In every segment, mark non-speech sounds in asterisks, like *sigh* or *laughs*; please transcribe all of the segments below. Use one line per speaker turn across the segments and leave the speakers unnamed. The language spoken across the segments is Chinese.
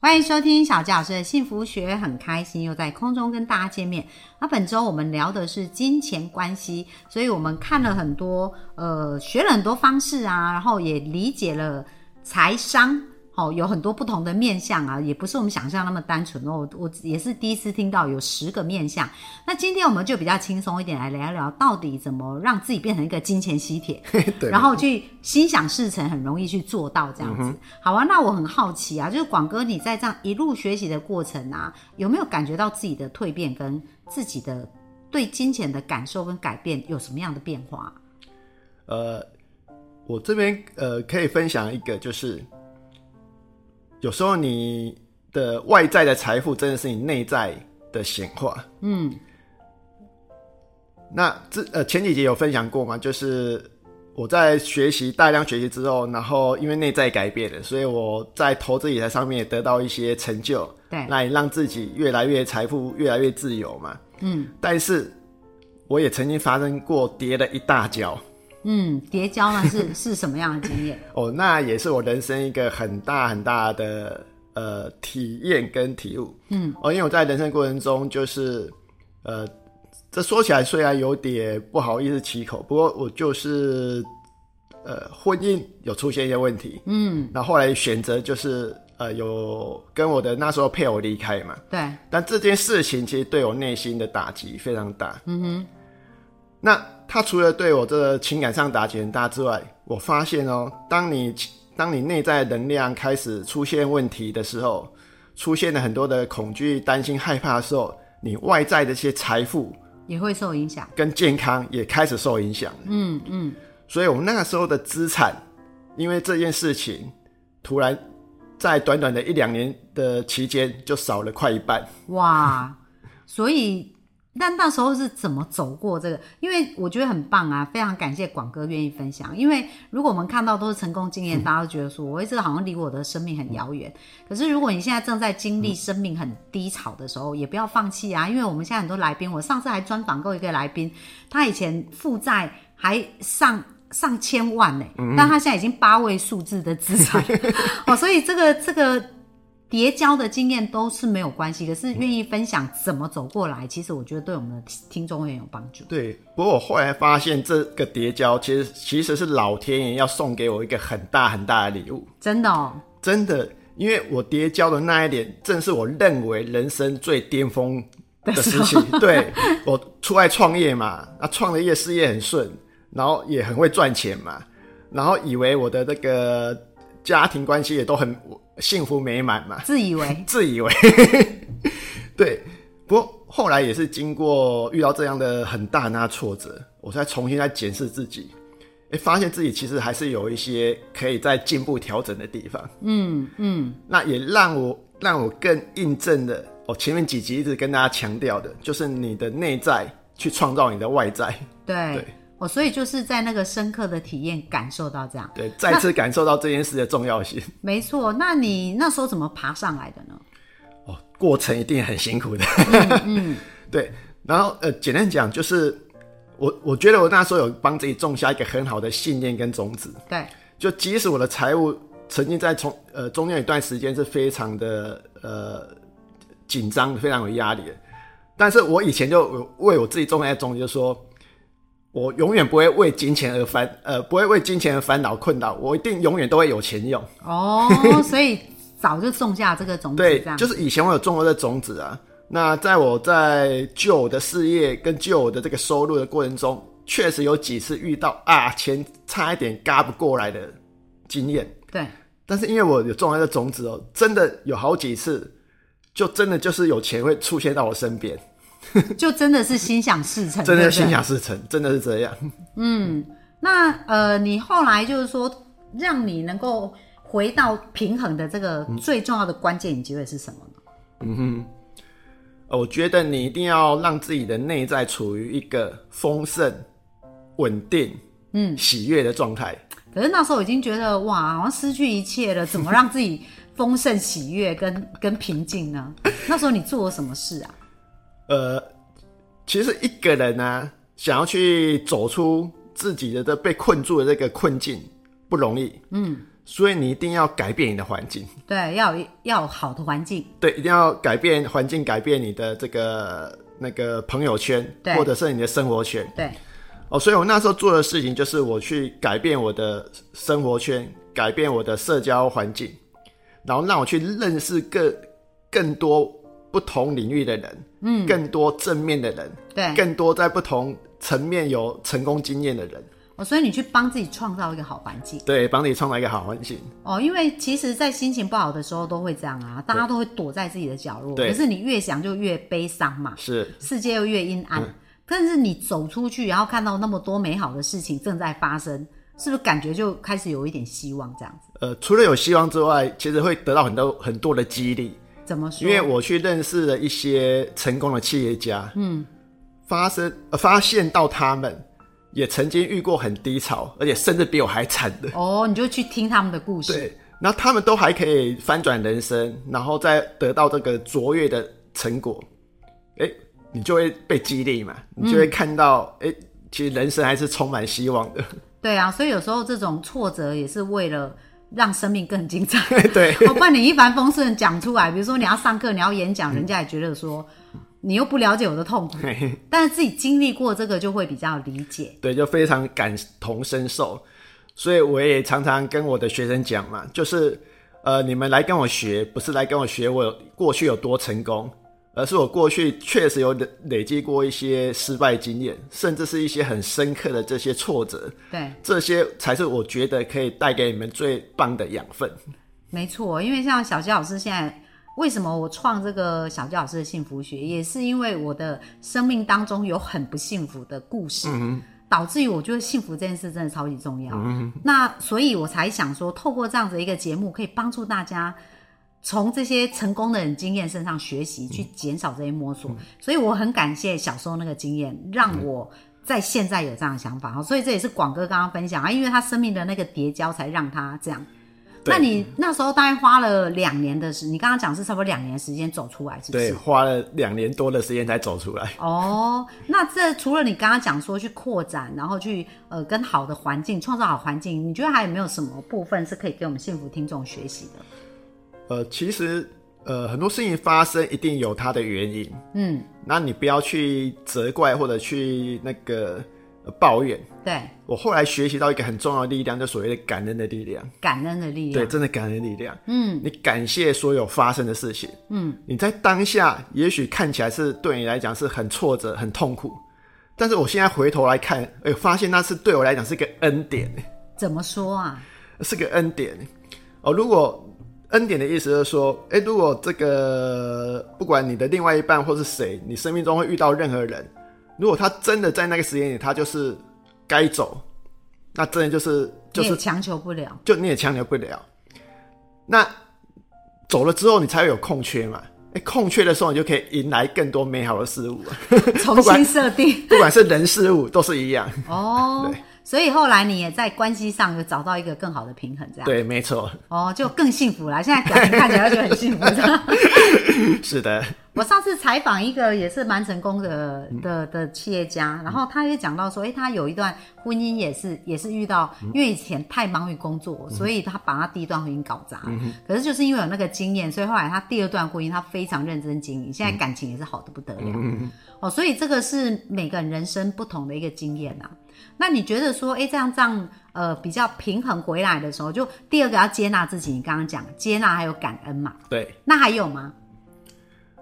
欢迎收听小纪老师的幸福学，很开心又在空中跟大家见面。那本周我们聊的是金钱关系，所以我们看了很多，呃，学了很多方式啊，然后也理解了财商，哦，有很多不同的面向啊，也不是我们想象那么单纯哦。我我也是第一次听到有十个面向。那今天我们就比较轻松一点来聊一聊，到底怎么让自己变成一个金钱吸铁，
对，
然后去心想事成，很容易去做到这样子。好啊，那我很好奇啊，就是广哥，你在这样一路学习的过程啊，有没有感觉到自己的蜕变跟自己的对金钱的感受跟改变有什么样的变化？
呃，我这边呃可以分享一个，就是有时候你的外在的财富真的是你内在的显化。
嗯，
那这呃前几集有分享过嘛，就是我在学习大量学习之后，然后因为内在改变了，所以我在投资理财上面也得到一些成就，
对，
那也让自己越来越财富，越来越自由嘛。
嗯
但是我也曾经发生过跌了一大跤。
嗯，叠交呢是是什么样的经验？
哦，那也是我人生一个很大很大的呃体验跟体悟。
嗯，
哦，因为我在人生过程中，就是呃，这说起来虽然有点不好意思起口，不过我就是呃婚姻有出现一些问题，
嗯，
然后后来选择就是呃有跟我的那时候配偶离开嘛，
对，
但这件事情其实对我内心的打击非常大。
嗯哼，
那他除了对我这个情感上打击很大之外，我发现哦，当你当你内在能量开始出现问题的时候，出现了很多的恐惧、担心、害怕的时候，你外在的一些财富
也会受影响。
跟健康也开始受影响。
嗯嗯，
所以我那时候的资产，因为这件事情，突然在短短的一两年的期间就少了快一半。
哇，所以那那时候是怎么走过这个？因为我觉得很棒啊，非常感谢广哥愿意分享。因为如果我们看到都是成功经验，大家都觉得说，我这个好像离我的生命很遥远。可是如果你现在正在经
嗯
历生命很低潮的时候，也不要放弃啊，因为我们现在很多来宾，我上次还专访过一个来宾，他以前负债还上。上千万呢、
嗯
但他现在已经八位数字的资
*laughs*
产哦，所以这个这个叠交的经验都是没有关系，可是愿意分享怎么走过来，其实我觉得对我们的听众会很有帮助。
对，不过我后来发现这个叠交其实其实是老天爷要送给我一个很大很大的礼物，
真的哦，
真的，因为我叠交的那一点，正是我认为人生最巅峰的时期。对我出来创业嘛，啊，创了业事业很顺，然后也很会赚钱嘛，然后以为我的那个家庭关系也都很幸福美满嘛，
自以
*laughs*
为
自以为。对，不过后来也是经过遇到这样的很大很大的挫折，我才重新来检视自己，哎，发现自己其实还是有一些可以在进步调整的地方。
嗯嗯，
那也让我让我更印证了我前面几集一直跟大家强调的，就是你的内在去创造你的外在。
对，
对
哦，所以就是在那个深刻的体验感受到这样，
对，再次感受到这件事的重要性。
没错。那你那时候怎么爬上来的呢？
哦，过程一定很辛苦的。
嗯，
*laughs* 对，然后呃，简单讲就是，我我觉得我那时候有帮自己种下一个很好的信念跟种子，
对，
就即使我的财务曾经在从呃中间有一段时间是非常的呃紧张，非常有压力的，但是我以前就有为我自己种下一个种子，就说。我永远不会为金钱而烦，呃，不会为金钱而烦恼困扰，我一定永远都会有钱用。 *laughs*
哦，所以早就种下这个种子，
对
这，样
就是以前我有种过的种子啊。那在我在救我的事业跟救我的这个收入的过程中，确实有几次遇到啊钱差一点嘎不过来的经验。
对，
但是因为我有种下的种子哦，真的有好几次，就真的就是有钱会出现到我身边，
就真的是心想事
*laughs*
成，
真
对
的
不对
心想事成，真的是这样。
那呃，你后来就是说，让你能够回到平衡的这个最重要的关键，你觉得是什么呢？
呃我觉得你一定要让自己的内在处于一个丰盛、稳定、
嗯，
喜悦的状态。
可是那时候已经觉得哇，好像失去一切了，怎么让自己丰盛、喜悦跟 *laughs* 跟平静呢？那时候你做了什么事啊？
呃，其实一个人呢、啊想要去走出自己的这被困住的这个困境不容易，嗯，所以你一定要改变你的环境，
对，要有要有好的环境，
对，一定要改变环境，改变你的这个那个朋友圈，
对
或者是你的生活圈。
对，
哦，所以我那时候做的事情就是我去改变我的生活圈，改变我的社交环境，然后让我去认识更更多不同领域的人，嗯，更多正面的人，
对
更多在不同层面有成功经验的人，
哦，所以你去帮自己创造一个好环境
对，帮你创造一个好环境。
哦，因为其实，在心情不好的时候都会这样啊，大家都会躲在自己的角落，
对
可是你越想就越悲伤嘛，
是，
世界又越阴暗。但是你走出去，然后看到那么多美好的事情正在发生，是不是感觉就开始有一点希望？这样子
呃，除了有希望之外，其实会得到很多很多的激励。
怎么说？
因为我去认识了一些成功的企业家，嗯，发生、呃、发现到他们也曾经遇过很低潮，而且甚至比我还惨的，
哦，你就去听他们的故事，
对，然后他们都还可以翻转人生，然后再得到这个卓越的成果，哎，你就会被激励嘛，你就会看到，哎、其实人生还是充满希望的，
对啊，所以有时候这种挫折也是为了让生命更精彩。 *laughs*
对，
我把你一帆风顺讲出来，比如说你要上课，你要演讲，人家也觉得说你又不了解我的痛苦，但是自己经历过这个就会比较理解。
对，就非常感同身受。所以我也常常跟我的学生讲嘛，就是呃，你们来跟我学，不是来跟我学我过去有多成功，而是我过去确实有累累积过一些失败经验，甚至是一些很深刻的这些挫折，
对，
这些才是我觉得可以带给你们最棒的养分。
没错，因为像小鸡老师现在，为什么我创这个小鸡老师的幸福学，也是因为我的生命当中有很不幸福的故事，导致于我觉得幸福这件事真的超级重要。
嗯
那所以我才想说，透过这样子一个节目，可以帮助大家。从这些成功的人经验身上学习，去减少这些摸索，
嗯
所以我很感谢小时候那个经验，让我在现在有这样的想法。啊所以这也是广哥刚刚分享啊，因为他生命的那个叠交，才让他这样。
对
那你那时候大概花了两年的时，你刚刚讲是差不多两年的时间走出来，是不
对，
是？
花了两年多的时间才走出来。
哦，那这除了你刚刚讲说去扩展，然后去呃跟好的环境创造好环境，你觉得还有没有什么部分是可以给我们幸福听众学习的？
呃，其实呃，很多事情发生一定有它的原因。
嗯，
那你不要去责怪或者去那个呃抱怨。
对，
我后来学习到一个很重要的力量，就所谓的感恩的力量。
感恩的力
对，
量，
真的感恩力量。
嗯，
你感谢所有发生的事情。嗯，你在当下也许看起来是对你来讲是很挫折、很痛苦，但是我现在回头来看，哎、发现那是对我来讲是个恩典，
怎么说啊？
是个恩典。哦，如果恩典的意思就是说，哎、如果这个不管你的另外一半或是谁，你生命中会遇到任何人，如果他真的在那个时间点，他就是该走，那真的就是就
你也
是
强求不 *laughs* 了，
就你也强求不了。那走了之后，你才会有空缺嘛。哎、空缺的时候，你就可以迎来更多美好的事物啊，
重新设 *laughs* 定
不管是人事物都是一样。
哦。所以后来你也在关系上有找到一个更好的平衡，这样
对，没错， *coughs*
哦，就更幸福啦。现在表情看起来就很幸福。
是的，
我上次采访一个也是蛮成功的的的企业家，然后他也讲到说，诶，他有一段婚姻也是也是遇到，因为以前太忙于工作，所以他把他第一段婚姻搞砸。可是就是因为有那个经验，所以后来他第二段婚姻他非常认真经营，现在感情也是好的不得了。哦，所以这个是每个人人生不同的一个经验啊。那你觉得说，诶，这样这样，呃，比较平衡回来的时候，就第二个要接纳自己，你刚刚讲接纳还有感恩嘛，
对。
那还有吗？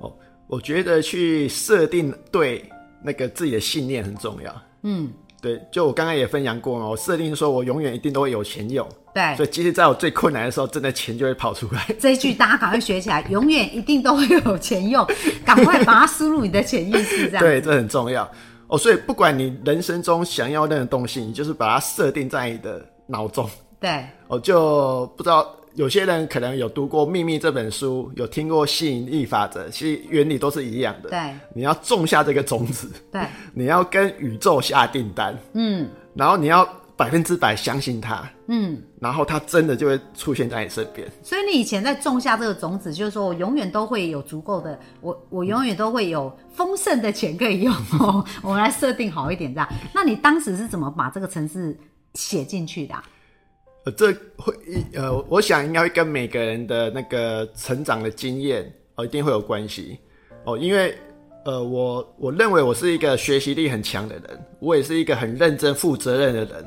哦，我觉得去设定对那个自己的信念很重要。
嗯，
对，就我刚刚也分享过嘛，我设定说我永远一定都会有钱用，
对。
所以即使在我最困难的时候，真的钱就会跑出来。
这一句大家赶快学起来，永远一定都会有钱
*laughs*
用，赶快把它输入你的潜意识，这样。
对，这很重要哦。所以不管你人生中想要任何东西，你就是把它设定在你的脑中。
对
哦，就不知道有些人可能有读过《秘密》这本书，有听过吸引力法则，其实原理都是一样的。
对
你要种下这个种子，
对
你要跟宇宙下订单，
嗯，
然后你要百分之百相信他，
嗯，
然后他真的就会出现在你身边。
所以你以前在种下这个种子，就是说我永远都会有足够的，我我永远都会有丰盛的钱可以
*laughs*
用哦。我们来设定好一点这样。那你当时是怎么把这个城市写进去的啊、
呃，这会呃，我想应该会跟每个人的那个成长的经验哦、一定会有关系哦，因为呃，我我认为我是一个学习力很强的人，我也是一个很认真负责任的人，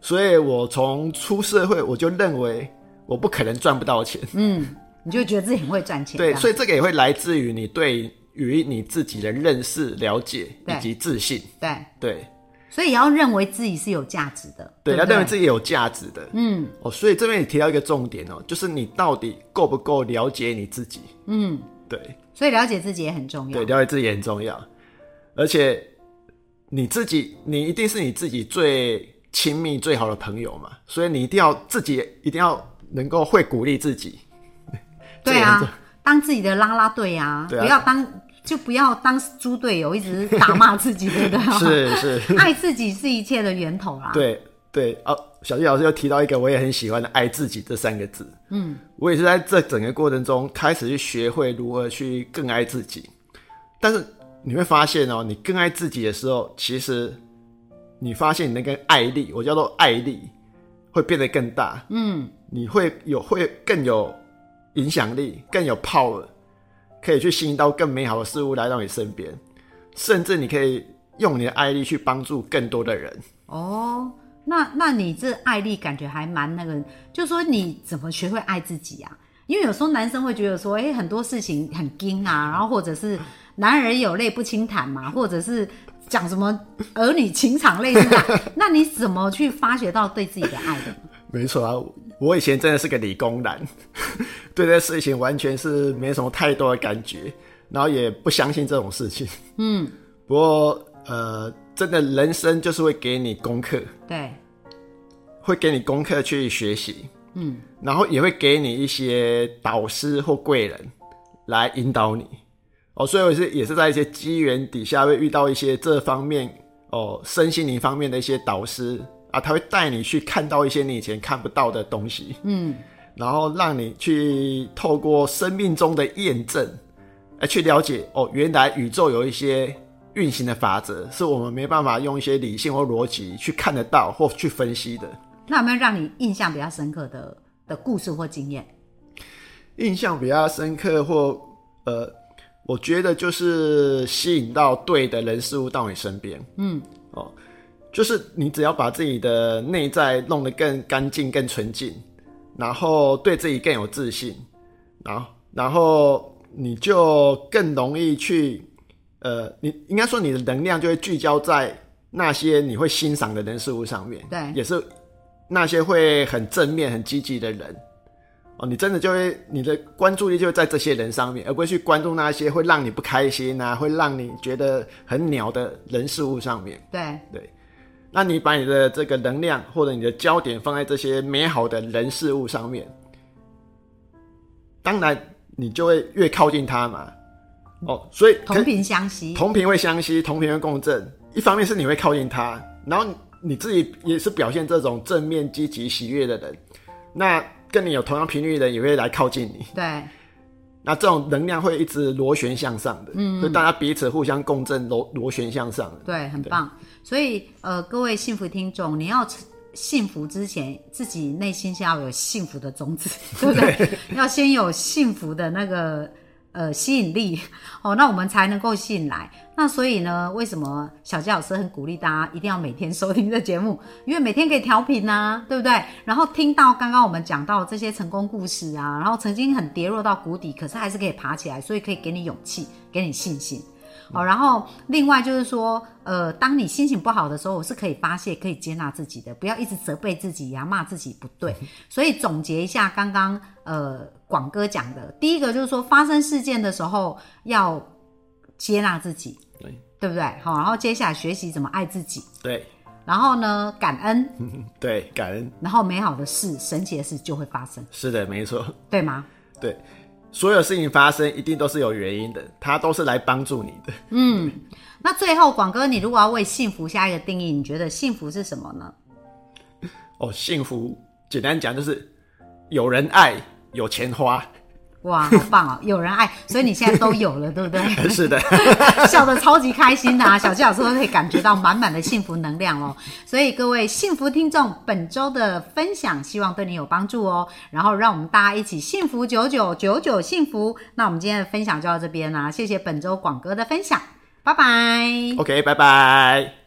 所以我从出社会我就认为我不可能赚不到钱，
嗯，啊你就觉得自己很会赚钱这
对，
样，
所以这个也会来自于你对于你自己的认识、了解
对
以及自信，
对，
对
所以也要认为自己是有价值的，
对，
不
要认为自
己，
己有价值的，
嗯
哦，所以这边也提到一个重点哦，就是你到底够不够了解你自己？
嗯，
对
所以了解自己也很重要
对，，了解自己也很重要，而且你自己，你一定是你自己最亲密、最好的朋友嘛，所以你一定要自己一定要能够会鼓励自
*laughs*
己。这
对
也很重
啊，当自己的啦啦队啊，
对啊
不要当就不要当猪队友，一直打骂自己，对不对？
*laughs* 是是，
*laughs* 爱自己是一切的源头啦。，
对对哦，小纪老师又提到一个我也很喜欢的“爱自己”这三个字。
嗯，
我也是在这整个过程中开始去学会如何去更爱自己。但是你会发现哦，你更爱自己的时候，其实你发现你那个爱力，我叫做爱力，会变得更大。
嗯，
你会有会更有影响力，更有 power，可以去吸引到更美好的事物来到你身边，甚至你可以用你的爱力去帮助更多的人。
哦，那那你这爱力感觉还蛮那个，就说你怎么学会爱自己啊？因为有时候男生会觉得说，哎、很多事情很硬啊，然后或者是男人有泪不轻弹嘛，或者是讲什么儿女情长类似的
*laughs*
啊，那你怎么去发掘到对自己的爱的？
没错啊，我以前真的是个理工男， *laughs* 对这事情完全是没什么太多的感觉，然后也不相信这种事情。
嗯，
不过呃，真的人生就是会给你功课，
对，
会给你功课去学习，
嗯，
然后也会给你一些导师或贵人来引导你。哦，所以我是也是在一些机缘底下会遇到一些这方面哦身心灵方面的一些导师啊，他会带你去看到一些你以前看不到的东西。
嗯。
然后让你去透过生命中的验证，来去了解哦，原来宇宙有一些运行的法则，是我们没办法用一些理性或逻辑去看得到或去分析的。
那有没有让你印象比较深刻的的故事或经验？
印象比较深刻或呃，我觉得就是吸引到对的人事物到你身边。
嗯，
哦，就是你只要把自己的内在弄得更干净、更纯净，然后对自己更有自信，然后然后你就更容易去呃，你应该说你的能量就会聚焦在那些你会欣赏的人事物上面，
对
也是那些会很正面、很积极的人。哦，你真的就会你的关注力就会在这些人上面，而不会去关注那些会让你不开心啊，会让你觉得很鸟的人事物上面。
对，
那你把你的这个能量或者你的焦点放在这些美好的人事物上面，当然你就会越靠近它嘛。哦，所以
同频相吸。
同频会相吸，同频会共振。一方面是你会靠近他，然后你自己也是表现这种正面、积极、喜悦的人，那跟你有同样频率的人也会来靠近你。
对，
那这种能量会一直螺旋向上的，嗯，所以大家彼此互相共振，螺螺旋向上的。
对，很棒。所以呃，各位幸福听众，你要成幸福之前，自己内心先要有幸福的种子，对不对？ *laughs* 要先有幸福的那个呃吸引力哦，那我们才能够吸引来。那所以呢，为什么小佳老师很鼓励大家一定要每天收听这节目？因为每天可以调频啊，对不对？然后听到刚刚我们讲到这些成功故事啊，然后曾经很跌落到谷底，可是还是可以爬起来，所以可以给你勇气，给你信心。哦，然后另外就是说，呃，当你心情不好的时候，我是可以发泄、可以接纳自己的，不要一直责备自己呀、骂自己不对。 *laughs* 所以总结一下刚刚呃广哥讲的，第一个就是说，发生事件的时候要接纳自己，
对
对不对？好，然后接下来学习怎么爱自己，
对
然后呢，感恩，
对，感恩
然后美好的事、神奇的事就会发生，
是的，没错。 *laughs*
对吗？
对，所有事情发生一定都是有原因的，它都是来帮助你的。 *laughs*
那最后，广哥，你如果要为幸福下一个定义，你觉得幸福是什么呢？
哦，幸福简单讲就是有人爱，有钱花。
哇，好棒哦！有人爱，所以你现在都有了，对不对？
是的，
笑得超级开心的啊！小纪老师都可以感觉到满满的幸福能量哦。所以各位幸福听众，本周的分享希望对你有帮助哦。然后让我们大家一起幸福九九九九幸福。那我们今天的分享就到这边啦、谢谢本周广哥的分享，拜拜。
OK，拜拜。